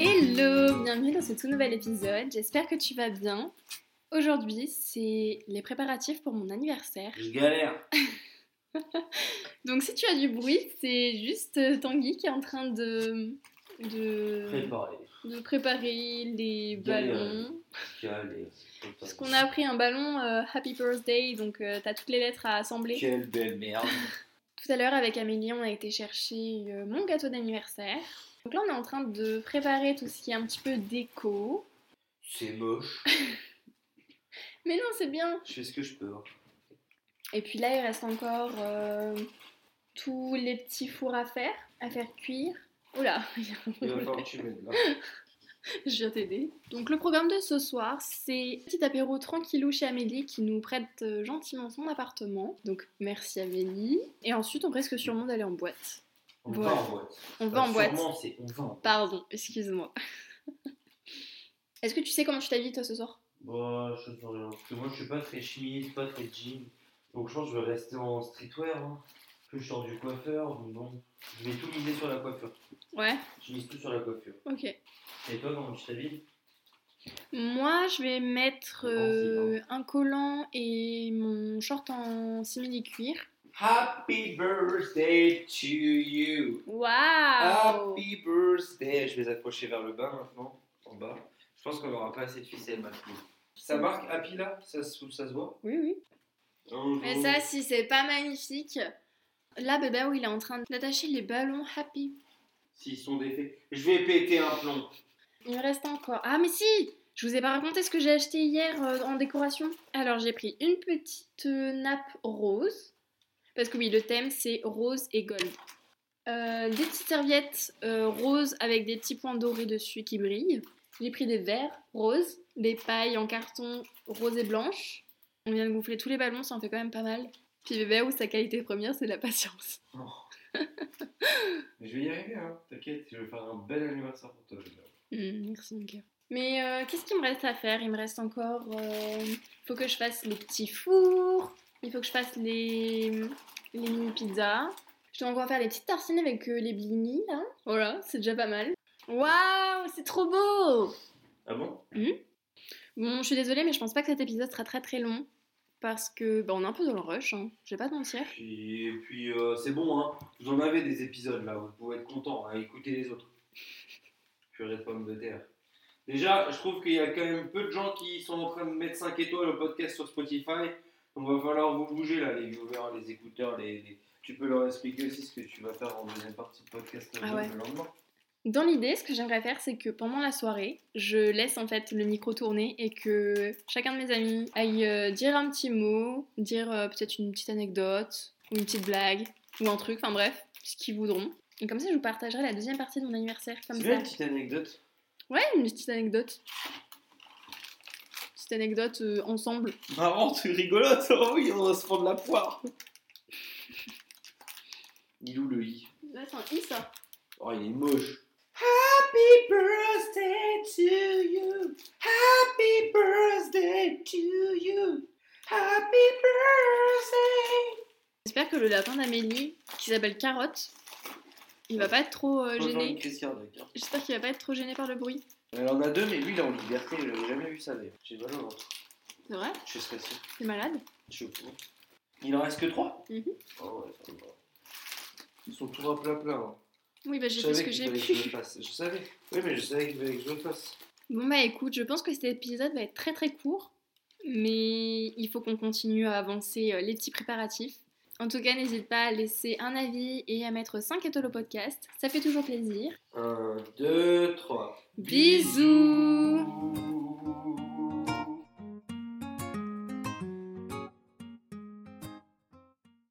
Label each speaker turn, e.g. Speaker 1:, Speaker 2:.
Speaker 1: Hello, bienvenue dans ce tout nouvel épisode. J'espère que tu vas bien. Aujourd'hui, c'est les préparatifs pour mon anniversaire.
Speaker 2: Je galère.
Speaker 1: Donc si tu as du bruit, c'est juste euh, Tanguy qui est en train de de,
Speaker 2: Préparé.
Speaker 1: de préparer les
Speaker 2: Galère.
Speaker 1: ballons.
Speaker 2: Galère.
Speaker 1: Parce qu'on a appris un ballon euh, Happy Birthday, donc euh, t'as toutes les lettres à assembler.
Speaker 2: Quelle belle merde.
Speaker 1: Tout à l'heure, avec Amélie, on a été chercher euh, mon gâteau d'anniversaire. Donc là, on est en train de préparer tout ce qui est un petit peu déco.
Speaker 2: C'est moche.
Speaker 1: Mais non, c'est bien.
Speaker 2: Je fais ce que je peux. hein.
Speaker 1: Et puis là, il reste encore euh, tous les petits fours à faire, à faire cuire. Oula,
Speaker 2: Il va falloir que tu m'aides là.
Speaker 1: je viens t'aider. Donc le programme de ce soir, c'est petit apéro tranquillou chez Amélie qui nous prête euh, gentiment son appartement. Donc merci Amélie. Et ensuite, on risque sûrement d'aller en boîte.
Speaker 2: On
Speaker 1: Voilà.
Speaker 2: va en boîte.
Speaker 1: On va en boîte.
Speaker 2: Ah, Sûrement, c'est on va en boîte.
Speaker 1: Pardon, excuse-moi. Est-ce que tu sais comment tu t'habilles toi ce soir
Speaker 2: Bah, je sais rien. Parce que moi, je suis pas très chemise, pas très jean. Donc, je pense que je vais rester en streetwear. Hein. Plus je sors du coiffeur. donc Bon, je vais tout miser sur la coiffure.
Speaker 1: Ouais,
Speaker 2: Je mise tout sur la coiffure.
Speaker 1: ok.
Speaker 2: Et toi, comment tu t'habilles
Speaker 1: Moi, je vais mettre
Speaker 2: Bon, c'est bon.
Speaker 1: euh, un collant et mon short en simili-cuir.
Speaker 2: Happy birthday to you.
Speaker 1: Waouh
Speaker 2: Happy birthday Je vais accrocher vers le bas maintenant, en bas. Je pense qu'on n'aura pas assez de ficelle maintenant. Ça marque Happy là ça, se- ça se voit
Speaker 1: Oui, oui.
Speaker 2: Oh.
Speaker 1: Mais ça, si c'est pas magnifique. Là, bébé, oui, il est en train d'attacher les ballons happy.
Speaker 2: S'ils sont défaits. Je vais péter un plomb.
Speaker 1: Il reste encore. Ah, mais si Je vous ai pas raconté ce que j'ai acheté hier euh, en décoration. Alors, j'ai pris une petite euh, nappe rose. Parce que oui, le thème, c'est rose et gold. Euh, des petites serviettes euh, roses avec des petits points dorés dessus qui brillent. J'ai pris des verres roses, des pailles en carton rose et blanche. On vient de gonfler tous les ballons, ça en fait quand même pas mal. Puis bébé, où sa qualité première, c'est la patience.
Speaker 2: Mais je vais y arriver, hein. t'inquiète, je vais faire un bel anniversaire pour toi.
Speaker 1: Mm, merci mon cœur. Mais euh, qu'est-ce qu'il me reste à faire Il me reste encore. Il faut que je fasse les petits fours. Il faut que je fasse les, les mini pizzas. Je dois encore faire les petites tartines avec euh, les blinis là. Voilà, c'est déjà pas mal. Waouh, c'est trop beau
Speaker 2: Ah bon
Speaker 1: Bon, je suis désolée, mais je pense pas que cet épisode sera très très long. Parce que bah, on est un peu dans le rush, hein. je vais pas te mentir.
Speaker 2: Puis, Et puis euh, c'est bon, hein. vous en avez des épisodes là, vous pouvez être content à écouter les autres. Purée de pommes de terre. Déjà, je trouve qu'il y a quand même peu de gens qui sont en train de mettre 5 étoiles au podcast sur Spotify. Donc va falloir vous bouger là, les viewers, les écouteurs, les, les- tu peux leur expliquer aussi ce que tu vas faire en deuxième partie de podcast hein,
Speaker 1: Ah
Speaker 2: le
Speaker 1: ouais.
Speaker 2: lendemain.
Speaker 1: Dans l'idée, ce que j'aimerais faire, c'est que pendant la soirée, je laisse en fait le micro tourner et que chacun de mes amis aille euh, dire un petit mot, dire euh, peut-être une petite anecdote, ou une petite blague, ou un truc, enfin bref, ce qu'ils voudront. Et comme ça, je vous partagerai la deuxième partie de mon anniversaire, comme
Speaker 2: C'est
Speaker 1: ça.
Speaker 2: bien une petite anecdote.
Speaker 1: Ouais, une petite anecdote. Petite anecdote euh, ensemble.
Speaker 2: Marrant, tu rigolote, oh oui, on va se prendre la poire. Il ou le i
Speaker 1: Là, c'est un i ça.
Speaker 2: Oh, il est moche. Happy birthday to you. Happy birthday to you. Happy birthday.
Speaker 1: J'espère que le lapin d'Amélie, qui s'appelle Carotte, il va pas être trop euh, gêné. J'espère qu'il va pas être trop gêné par le bruit.
Speaker 2: Elle en a deux, mais lui, il est en liberté. Je l'avais jamais vu ça, d'ailleurs. J'ai mal au ventre.
Speaker 1: C'est vrai
Speaker 2: Je suis stressé.
Speaker 1: T'es malade
Speaker 2: Je suis au courant. Il en reste que trois
Speaker 1: Mhm.
Speaker 2: Oh, ouais, ça va. Ils sont tous à plat plat. hein.
Speaker 1: Oui, bah
Speaker 2: Je
Speaker 1: j'ai fait
Speaker 2: savais
Speaker 1: ce que
Speaker 2: qu'il
Speaker 1: j'ai
Speaker 2: fallait je
Speaker 1: pu.
Speaker 2: le fasse. Je savais. Oui, mais je savais qu'il fallait que je le fasse.
Speaker 1: Bon bah écoute, je pense que cet épisode va être très très court, mais il faut qu'on continue à avancer euh, les petits préparatifs. En tout cas, n'hésite pas à laisser un avis et à mettre 5 étoiles au podcast, ça fait toujours plaisir.
Speaker 2: Un, deux, trois.
Speaker 1: Bisous